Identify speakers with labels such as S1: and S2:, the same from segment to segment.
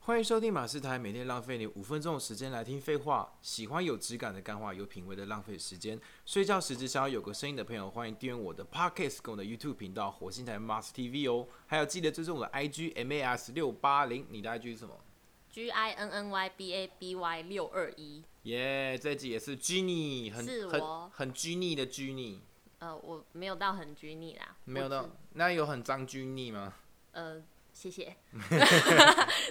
S1: 欢迎收听马斯台，每天浪费你五分钟的时间来听废话。喜欢有质感的干话，有品味的浪费时间。睡觉时只想要有个声音的朋友，欢迎订阅我的 Podcast 跟我的 YouTube 频道火星台 Mars TV 哦。还有记得追踪我的 IG MAS 六八零，你的 IG 是什么？
S2: G I N N Y B A B Y 六二一，
S1: 耶、这一集也是 Ginny，很
S2: 是
S1: 很
S2: 我
S1: 很 Ginny 的 Ginny，
S2: 呃，我没有到很拘泥啦，
S1: 没有
S2: 我
S1: 到
S2: 只，
S1: 那有很脏 Ginny 吗？
S2: 呃，谢谢，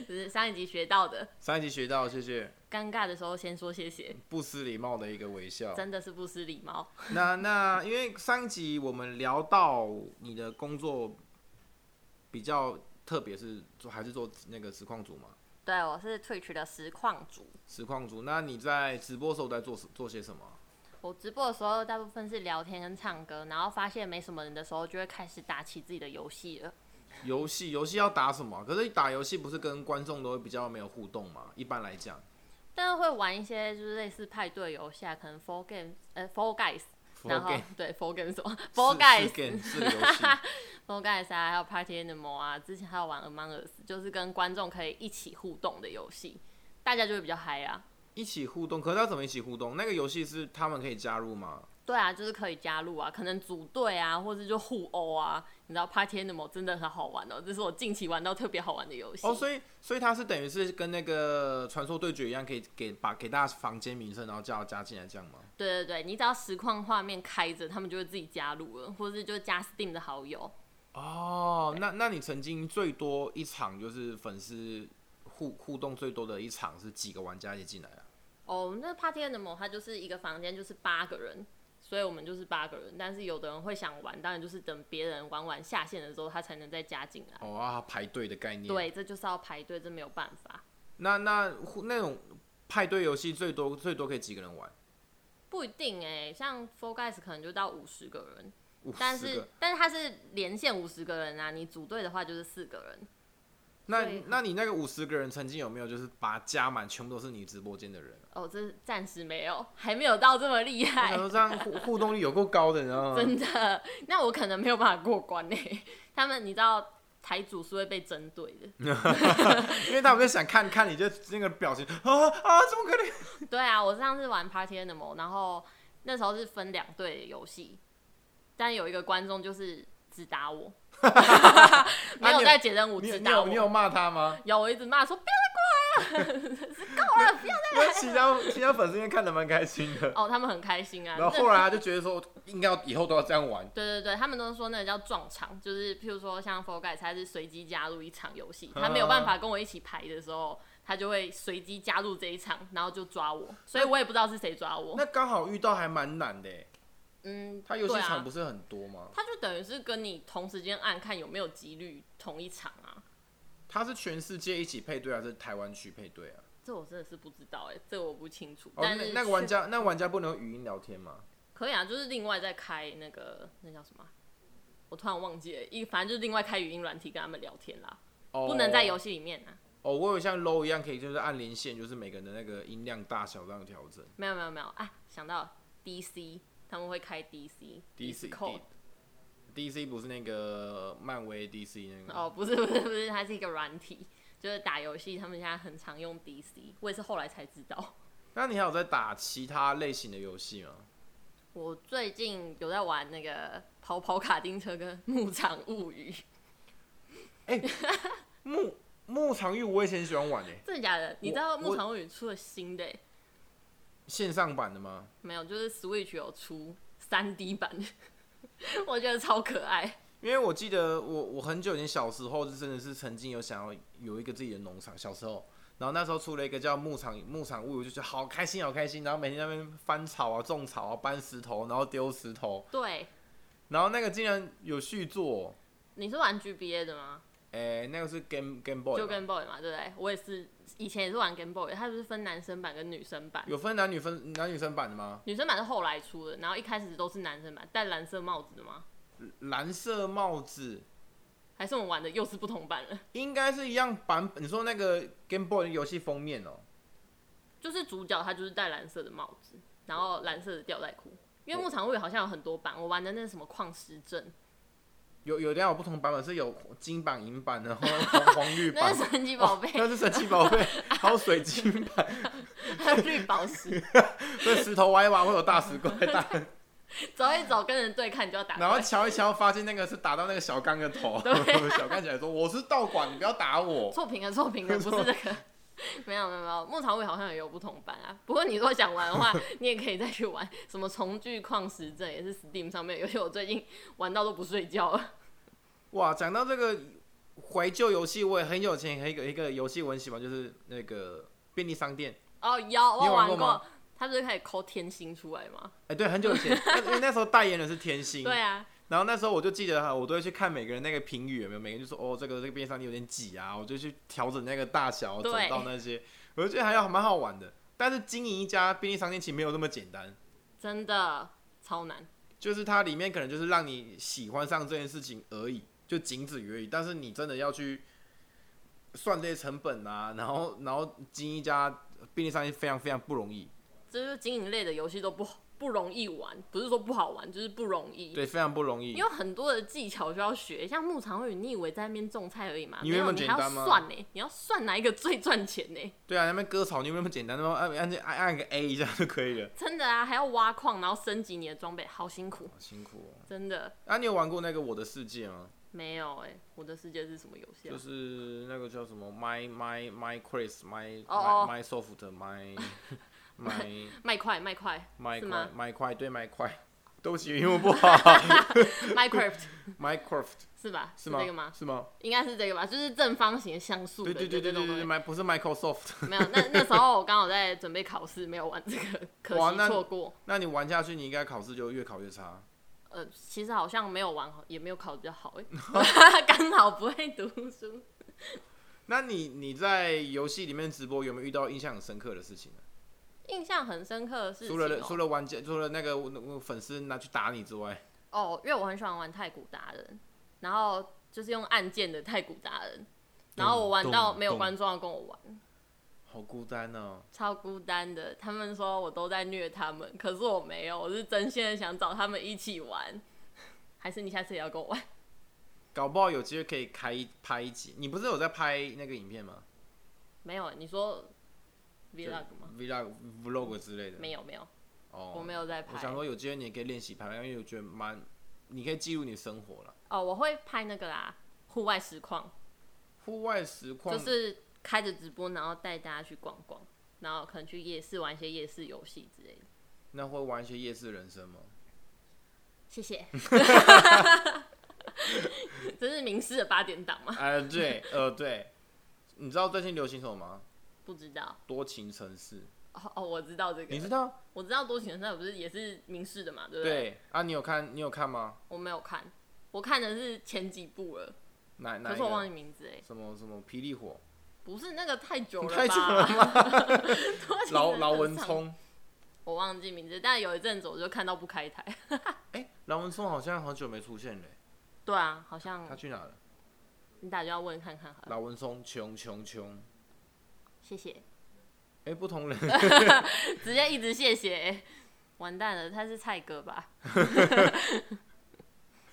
S2: 只是上一集学到的，
S1: 上一集学到，谢谢，
S2: 尴尬的时候先说谢谢，
S1: 不失礼貌的一个微笑。
S2: 真的是不失礼貌，
S1: 那那因为上一集我们聊到你的工作比较特别，是做还是做那个实况组嘛？
S2: 对我是退取的实况组，
S1: 实况组，那你在直播的时候在做什做些什么？
S2: 我直播的时候大部分是聊天跟唱歌，然后发现没什么人的时候就会开始打起自己的游戏了，
S1: 游戏游戏要打什么？可是打游戏不是跟观众都会比较没有互动嘛？一般来讲，
S2: 但是会玩一些就是类似派对游戏啊，可能 Four Game，呃，Four Guys，然后
S1: Fall Game
S2: 对 Four Game 什么
S1: 是
S2: ，Four Guys
S1: 是 game 是个游戏，
S2: Fall Guys 啊，还有 Party Animal 啊，之前还有玩 Among Us，就是跟观众可以一起互动的游戏，大家就会比较嗨啊。
S1: 一起互动。可是要怎么一起互动？那个游戏是他们可以加入吗？
S2: 对啊，就是可以加入啊，可能组队啊，或者就互殴啊。你知道 Party Animal 真的很好玩哦，这是我近期玩到特别好玩的游戏。
S1: 哦，所以所以它是等于是跟那个传说对决一样，可以给把给大家房间名称，然后叫加进来这样吗？
S2: 对对对，你只要实况画面开着，他们就会自己加入了，或者就加 Steam 的好友。
S1: 哦，那那你曾经最多一场就是粉丝互互动最多的一场是几个玩家一起进来啊？
S2: 哦，那 Party Animal 它就是一个房间，就是八个人，所以我们就是八个人。但是有的人会想玩，当然就是等别人玩完下线的时候，他才能再加进来。
S1: 哦啊，排队的概念。。
S2: 对，这就是要排队，这没有办法，
S1: 那那互那种派对游戏最多最多可以几个人玩？
S2: 不一定哎、像 Four Guys 可能就到五十个人，
S1: 五
S2: 但
S1: 十
S2: 是
S1: 个。
S2: 但是它是连线五十个人啊，你组队的话就是四个人。
S1: 那
S2: 对
S1: 那你那个五十个人曾经有没有就是把加满全部都是你直播间的人？
S2: 哦，这暂时没有，还没有到这么厉
S1: 我想
S2: 害，
S1: 说这样互互动率有够高的，你知道吗？
S2: 真的。那我可能没有办法过关呢、他们你知道台主是会被针对的，
S1: 嗯因为他们就想看看你就那个表情啊啊，怎么可能？
S2: 对啊，我上次玩 Party Animal，然后那时候是分两队的游戏，但有一个观众就是只 打我，没有在解任务，
S1: 啊你有
S2: 只
S1: 你
S2: 打
S1: 有
S2: 我。
S1: 你有骂他吗？
S2: 有我一直骂说不
S1: 因为其他其他粉丝因为看的蛮开心的。
S2: 要哦，他们很开心啊。
S1: 然后
S2: 那
S1: 后来他就觉得说，应该要以后都要这样玩。
S2: 对对对，他们都说那个叫撞场，就是譬如说像 f o r g u y 他是随机加入一场游戏，他没有
S1: 嗯
S2: 办法跟我一起排的时候，他就会随机加入这一场，然后就抓我，所以我也不知道是谁抓我。
S1: 那刚好遇到还蛮难的耶，
S2: 嗯，
S1: 他游戏
S2: 对啊
S1: 场不是很多吗？
S2: 他就等于是跟你同时间按看有没有几率同一场啊。
S1: 他是全世界一起配对还是台湾区配对啊？
S2: 这我真的是不知道哎、这我不清楚。
S1: 哦，
S2: 但
S1: 那
S2: 是
S1: 那个玩
S2: 确
S1: 家，那玩家不能语音聊天吗？
S2: 可以啊，就是另外再开那个那叫什么啊？我突然忘记了，一反正就是另外开语音软体跟他们聊天啦，
S1: 哦，
S2: 不能在游戏里面啊。
S1: 哦，我有像 low 一样可以就是按连线，就是每个人的那个音量大小这样调整。
S2: 没有没有没有啊，想到了 DC 他们会开 DC
S1: DC
S2: Discord
S1: DC 不是那个漫威 DC 那个
S2: 哦，不是不是不是，它是一个软体，就是打游戏他们现在很常用 DC，我也是后来才知道。
S1: 那你还有在打其他类型的游戏吗？
S2: 我最近有在玩那个跑跑卡丁车跟牧场物语，
S1: 牧牧场域我以前很喜欢玩欸诶，
S2: 真的假的？你知道
S1: 我
S2: 牧场物语出了新的、欸？
S1: 线上版的吗？
S2: 没有，就是 Switch 有出三 D 版， 我觉得超可爱。
S1: 因为我记得我我很久以前小时候就真的是曾经有想要有一个自己的农场，小时候，然后那时候出了一个叫牧场牧场物语，我就觉得好开心好开心，然后每天在那边翻草啊、种草啊、搬石头，然后丢石头，
S2: 对，
S1: 然后那个竟然有续作，
S2: 你是玩 GBA 的吗？
S1: 哎、那个是 Game Game Boy，
S2: 就
S1: 吧
S2: Game Boy 嘛，对不对？我也是，以前也是玩 Game Boy，它不是分男生版跟女生版，
S1: 有分男女分男女生版的吗？
S2: 女生版是后来出的，然后一开始都是男生版，戴蓝色帽子的吗？
S1: 蓝色帽子
S2: 还是我们玩的又是不同版了？
S1: 应该是一样版本，你说那个 Game Boy 的游戏封面哦、
S2: 就是主角他就是戴蓝色的帽子，然后蓝色的吊带裤。因为牧场物语好像有很多版，我玩的那是什么矿石镇，
S1: 有有两种不同版本，是有金版、银版，然后红黄绿版
S2: 那。是神奇宝贝
S1: 哦，那是神奇宝贝，还有水晶版，
S2: 还有绿宝石，
S1: 那石头歪一歪会有大 石怪大，
S2: 啊走一走跟人对看你就要打
S1: 然后
S2: 怪。
S1: 敲一敲，发现那个是打到那个小刚的头，
S2: 对
S1: 小刚起来说我是道馆，你不要打我。
S2: 错评了，错评了，不是这个。 没有没有没有，牧场物语好像也有不同版啊。不过你如果想玩 的话，你也可以再去玩什么重聚矿石阵，也是 Steam 上面有。尤其我最近玩到都不睡觉了。
S1: 哇，讲到这个怀旧游戏，我也很有钱，还有一个一个游戏我很喜欢，就是那个便利商店。
S2: 哦，有我
S1: 你有玩
S2: 玩
S1: 过吗
S2: 过，他不是可以抠天星出来吗？
S1: 哎、对，很久以 前，那因为那时候代言人是天星，
S2: 对啊，
S1: 然后那时候我就记得哈，我都会去看每个人那个评语有没有，每个人就说哦，这个这个便利商店有点挤啊，我就去调整那个大小、走
S2: 对
S1: 道那些，我就觉得还要蛮好玩的。但是经营一家便利商店其实没有那么简单，
S2: 真的超难。
S1: 就是它里面可能就是让你喜欢上这件事情而已，就仅止于而已。但是你真的要去算这些成本啊，然后 然后经营一家便利商店非常非常不容易，
S2: 这就是经营类的游戏都不不容易玩，不是说不好玩，就是不容易。
S1: 对，非常不容易
S2: 因。为很多的技巧需要学，像牧场语，你以为在那边种菜而已嘛？
S1: 你以
S2: 没
S1: 为
S2: 有，
S1: 那么
S2: 你
S1: 简
S2: 还要
S1: 单吗
S2: 算呢，你要算哪一个最赚钱欸呢？
S1: 对啊，那边割草你有那么简单，然后按按按按个 A 一下就可以了，
S2: 真的啊，还要挖矿，然后升级你的装备，好辛苦，
S1: 好辛苦哦。
S2: 真的
S1: 啊，你有玩过那个《我的世界》吗？
S2: 没有哎、我的世界是什么游戏啊
S1: 就？是那个叫什么 My My My Chris My
S2: 哦哦
S1: My My Soft My My
S2: 卖快 卖快
S1: My
S2: 是吗
S1: 快 My 快对 My 快，对不起，英文不好。
S2: ，Minecraft
S1: Minecraft
S2: 是吧？
S1: 是吗？
S2: 这个吗？
S1: 是吗？
S2: 应该是这个吧，就是正方形像素的
S1: 对对对
S2: 这
S1: 对
S2: 种
S1: 对
S2: 东
S1: 对
S2: 西。
S1: ，My 不是 Microsoft。
S2: 没有，那 那时候我刚好在准备考试，没有玩这个，可
S1: 哇
S2: 惜
S1: 那
S2: 错过。
S1: 那你玩下去，你应该考试就越考越差。
S2: 呃，其实好像没有玩好，也没有考得比较好 哎，刚好不会读书。
S1: 那你你在游戏里面直播有没有遇到印象很深刻的事情呢？
S2: 印象很深刻的事情、
S1: 除
S2: 哦
S1: 了除了玩家，除了那个我我粉丝拿去打你之外，
S2: 哦，因为我很喜欢玩太古达人，然后就是用按键的太古达人，然后我玩到没有观众要跟我玩，
S1: 好孤单哦。
S2: 超孤单的。他们说我都在虐他们，可是我没有，我是真心的想找他们一起玩。还是你下次也要跟我玩？
S1: 搞不好有机会可以开一拍一集。你不是有在拍那个影片吗？
S2: 没有，啊你说 vlog 吗？
S1: ？vlog、vlog 之类的。
S2: 没有没有，
S1: 啊哦，
S2: 我没有在拍
S1: 我。想说，有机会你也可以练习拍拍，因为我觉得蛮，你可以记录你的生活了。
S2: 哦，我会拍那个啦，户外实况，
S1: 户外实况，
S2: 就是开着直播，然后带大家去逛逛，然后可能去夜市玩一些夜市游戏之类的。
S1: 那会玩一些夜市人生吗？
S2: 谢谢。 这是明示的八点档吗？
S1: 哎、对，呃，对。你知道最近流行什么吗？
S2: 不知道。
S1: 多情城市，
S2: 哦哦，我知道这
S1: 你
S2: 个，
S1: 知道？
S2: 我知道多情人生不是也是明示的嘛，对不对？
S1: 对啊，你有看？你有看吗？
S2: 我没有看，我看的是前几部了，
S1: 哪哪
S2: 可
S1: 一
S2: 是我忘记
S1: 个？
S2: 名字哎，
S1: 什么什么霹雳火？
S2: 不是那个太久了 吧？
S1: 太久 了
S2: 多情人生
S1: 劳劳文，聪？
S2: 我忘记名字，但有一阵子我就看到 不开台。
S1: 哎、劳文聪好像好久没出现了，
S2: 对啊，
S1: 他
S2: 好像
S1: 去哪了？
S2: 你打电话问看看好了，
S1: 劳文聪，穷穷穷！
S2: 谢谢，
S1: 哎、不同 人。
S2: 直接一直谢谢欸，完蛋了，他是蔡 哥吧？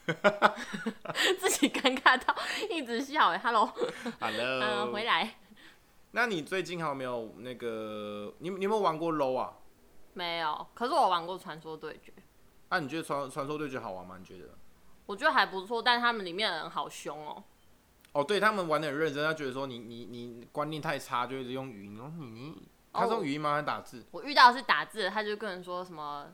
S2: 自己尴尬到一直笑哎，Hello，嗯、
S1: Hello，
S2: 回来
S1: 那你最近还有没有那个？你你有没有玩过 LO 啊？
S2: 没有？可是我玩过传说对决，
S1: 啊，你觉得传传说对决好玩吗？你觉得？
S2: 我觉得还不错，但他们里面的人好凶哦、
S1: 哦，对他们玩的很认真，他觉得说你你你观念太差，就一直用语音。哦，你你，他是用语音吗？还是打字？
S2: 我遇到的是打字的，他就跟人说什么。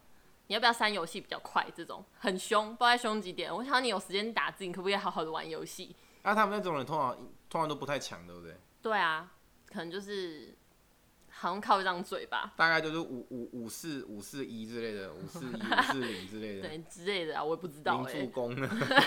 S2: 你要不要删游戏比较快？这种很凶，不知道在凶几点。我想你有时间打字，你可不可以好好的玩游戏？
S1: 啊，他们那种人通常通常都不太强，对不对？
S2: 对啊，可能就是好像靠一张嘴吧，
S1: 大概就是五五五四五四一之类的，五四一五四零之类的，
S2: 对之类的啊，我也不 知道
S1: 零
S2: 哎、
S1: 助攻。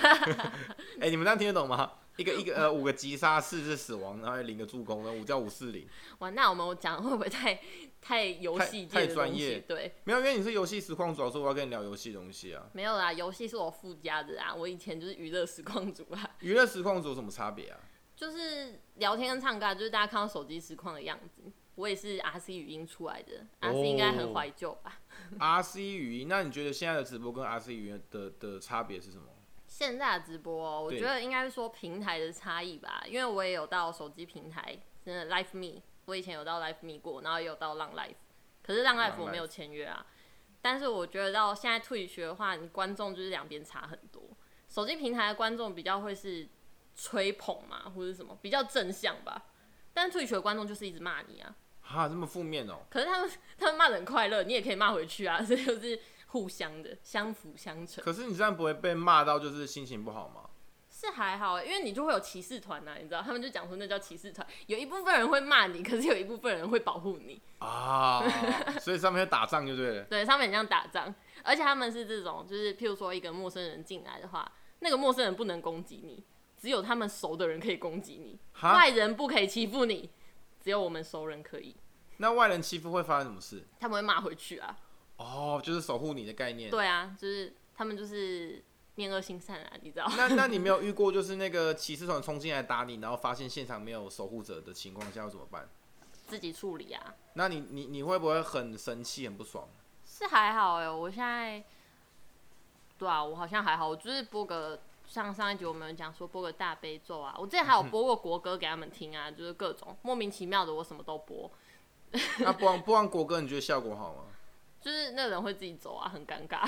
S1: 哎、你们这样听得懂吗？一个一个呃，五个击杀，四是死亡，然后零个助攻，然后五叫五四零。
S2: 哇，那我们讲会不会太太游戏
S1: 太
S2: 界
S1: 太
S2: 的
S1: 专
S2: 东
S1: 业
S2: 西？对，
S1: 没有，因为你是游戏实况主啊，所以我要跟你聊游戏的东西啊。
S2: 没有啦，游戏是我附加的啊。我以前就是娱乐时光组啊，
S1: 娱乐实况组有什么差别啊？
S2: 就是聊天跟唱歌啊，就是大家看到手机实况的样子。我也是 RC 语音出来的，RC 应该很怀旧吧？
S1: RC 语音，那你觉得现在的直播跟 RC 语音的的差别是什么？
S2: 现在的直播哦、我
S1: 对
S2: 觉得应该是说平台的差异吧，因为我也有到手机平台，真的 Live Me，我以前有到 Live Me 过，然后也有到浪 Live，可是浪
S1: Live
S2: Live 我没有签约啊。但是我觉得到现在退学的话，你观众就是两边差很多。手机平台的观众比较会是吹捧嘛，或者什么比较正向吧，但是退学的观众就是一直骂你啊。
S1: 哈，这么负面哦、
S2: 可是他们他们骂的很快乐，你也可以骂回去啊， 所以就是互相的，相辅相成。
S1: 可是你这样不会被骂到，就是心情不好吗？
S2: 是还好欸，因为你就会有骑士团啊呐、你知道，他们就讲说那叫骑士团，有一部分人会骂你，可是有一部分人会保护你。
S1: 啊，所以上面会打仗就对了。
S2: 对，他们很像打仗，而且他们是这种，就是譬如说一个陌生人进来的话，那个陌生人不能攻击你，只有他们熟的人可以攻击你，
S1: 哈，
S2: 外人不可以欺负你，只有我们熟人可以。
S1: 那外人欺负会发生什么事？
S2: 他们会骂回去啊，
S1: 哦，就是守护你的概念。
S2: 对啊，就是他们就是面恶心善啊，你知道。
S1: 那那你没有遇过就是那个骑士团冲进来打你，然后发现现场没有守护者的情况下要怎么办？
S2: 自己处理啊。
S1: 那你你你会不会很生气、很不爽？
S2: 是还好哎、我现在，对啊，我好像还好，我就是播个像上一集我们有讲说播个大悲咒啊，我之前还
S1: 嗯
S2: 有播过国歌给他们听啊，就是各种莫名其妙的我什么都播，
S1: 那播放播放国歌，你觉得效果好吗？
S2: 就是那人会自己走啊，很尴尬，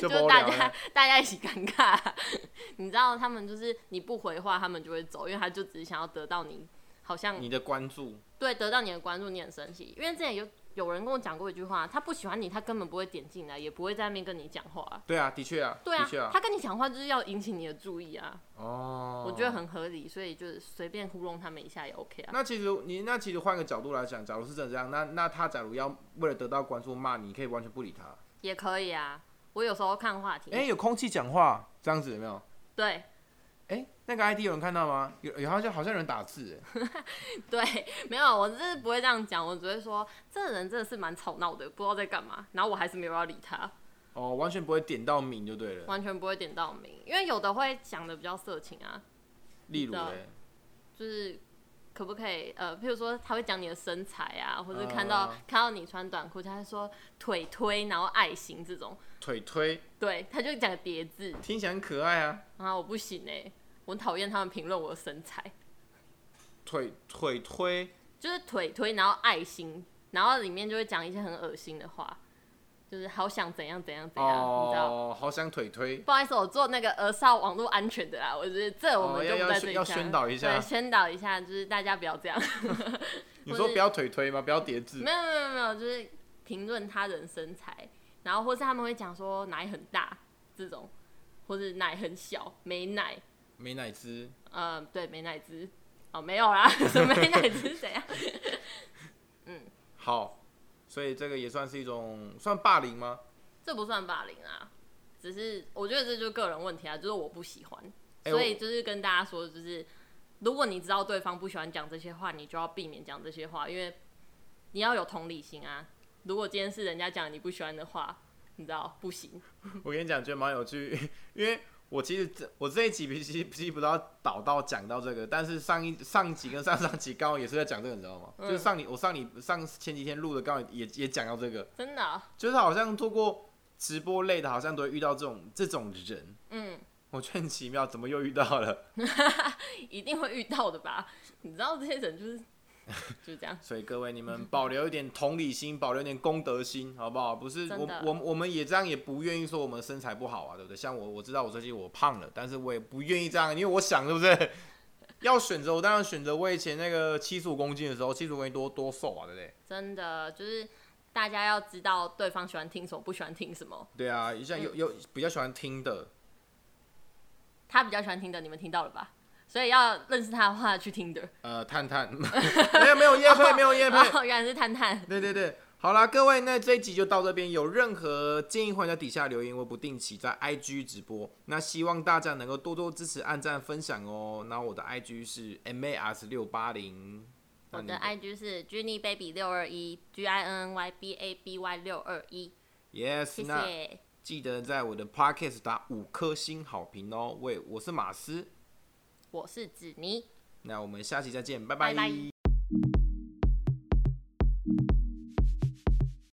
S1: 就
S2: 就是
S1: 无
S2: 大
S1: 聊
S2: 家
S1: 了。
S2: 大家一起尴尬， 你知道他们就是你不回话，他们就会走，因为他就只是想要得到你，好像
S1: 你的关注
S2: 对，得到你的关注，你很生气。因为之前有有人跟我讲过一句话，他不喜欢你，他根本不会点进来，也不会在那边跟你讲话、
S1: 对啊，的确啊，
S2: 对啊
S1: 的确，啊。
S2: 他跟你讲话就是要引起你的注意啊，
S1: 哦，
S2: 我觉得很合理，所以就是随便糊弄他们一下也 OK 啊。
S1: 那其实你那其实换个角度来讲，假如是真的这样，那那他假如要为了得到关注骂你，你可以完全不理他。
S2: 也可以啊，我有时候看话题，
S1: 哎、有空气讲话这样子有没有？
S2: 对
S1: 哎、那个 ID 有人看到吗？有有好像好像有人打字哎，
S2: 对，没有，我就是不会这样讲，我只会说这人真的是蛮吵闹的，不知道在干嘛，然后我还是没有要理他，
S1: 哦，完全不会点到名就对了。
S2: 完全不会点到名，因为有的会讲的比较色情啊，
S1: 例如
S2: 知道
S1: 嘞，
S2: 就是可不可以呃，譬如说他会讲你的身材啊，或者看
S1: 嗯
S2: 到、
S1: 嗯嗯
S2: 看到你穿短裤，他会说腿推，然后爱心这种，
S1: 腿推
S2: 对，他就讲叠字。
S1: 听起来很可爱啊，
S2: 啊，我不行哎、我很讨厌他们评论我的身材，
S1: 腿腿推
S2: 就是腿推，然后爱心，然后里面就会讲一些很恶心的话，就是好想怎样怎样怎样，啊你知道。
S1: 哦，好想腿推。
S2: 不好意思，我做那个儿少网络安全的啦，我觉得这我
S1: 哦
S2: 们
S1: 要
S2: 就不
S1: 要
S2: 在
S1: 宣
S2: 这里
S1: 要
S2: 讲
S1: 宣
S2: 了
S1: 导一下
S2: 对，宣导一下，就是大家不要这样，
S1: 你说不要腿推吗？不要叠字
S2: 没。有没有没有，就是评论他人身材，然后或是他们会讲说奶很大这种，或是奶很小，没奶，
S1: 美乃滋，
S2: 呃，对，没奶汁，哦，没有啦， 没奶汁谁啊？
S1: 好，所以这个也算是一种算霸凌吗？
S2: 这不算霸凌啊，只是我觉得这就是个人问题啊，就是我不喜欢，
S1: 哎
S2: 所以就是跟大家说，就是如果你知道对方不喜欢讲这些话，你就要避免讲这些话，因为你要有同理心啊。如果今天是人家讲你不喜欢的话，你知道不行，
S1: 我跟你讲，觉得蛮有趣， 因为我其实这我这一集其实其实不知道导到讲到这个，但是上一上一集跟上上集刚好也是在讲这个，你知道吗？
S2: 嗯
S1: 就是上你我上你上前几天录的，刚好也也讲到这个，
S2: 真的啊、
S1: 就是好像透过直播类的，好像都会遇到这种这种人，
S2: 嗯，
S1: 我觉得很奇妙，怎么又遇到了？
S2: 一定会遇到的吧？你知道这些人就是就是这样，
S1: 所以各位，你们保留一点同理心，保留一点公德心，好不好？不是
S2: 真
S1: 我
S2: 的
S1: 我们我们也这样，也不愿意说我们身材不好啊，对不对？像我我知道我最近我胖了，但是我也不愿意这样，因为我想，对不对？要选择，我当然选择我以前那个七十五公斤的时候，七十五公斤多多瘦啊，对不对？
S2: 真的就是大家要知道对方喜欢听什么，不喜欢听什么。
S1: 对啊，像有有比较喜欢听的，
S2: 他比较喜欢听的，你们听到了吧？所以要认识他的话，去听的。
S1: 呃，探 探， 没有没有叶配，没有叶配，
S2: 哦，原来是探探，
S1: 对对对，好啦，各位，那这一集就到这边。有任何建议，欢迎在底下留言，我不定期在 IG 直播。那希望大家能够多多支持、按赞、分享哦。那我的 IG 是 MAS 六八零，
S2: 我的 IG 是 Ginny Baby 六二一 G I N N Y B A B Y 六二一，
S1: Yes，
S2: 谢
S1: 那
S2: 谢，
S1: 记得在我的 Podcast 打五颗星好评哦。喂，我是马斯，
S2: 我是子妮。
S1: 那我们下期再见，拜
S2: 拜拜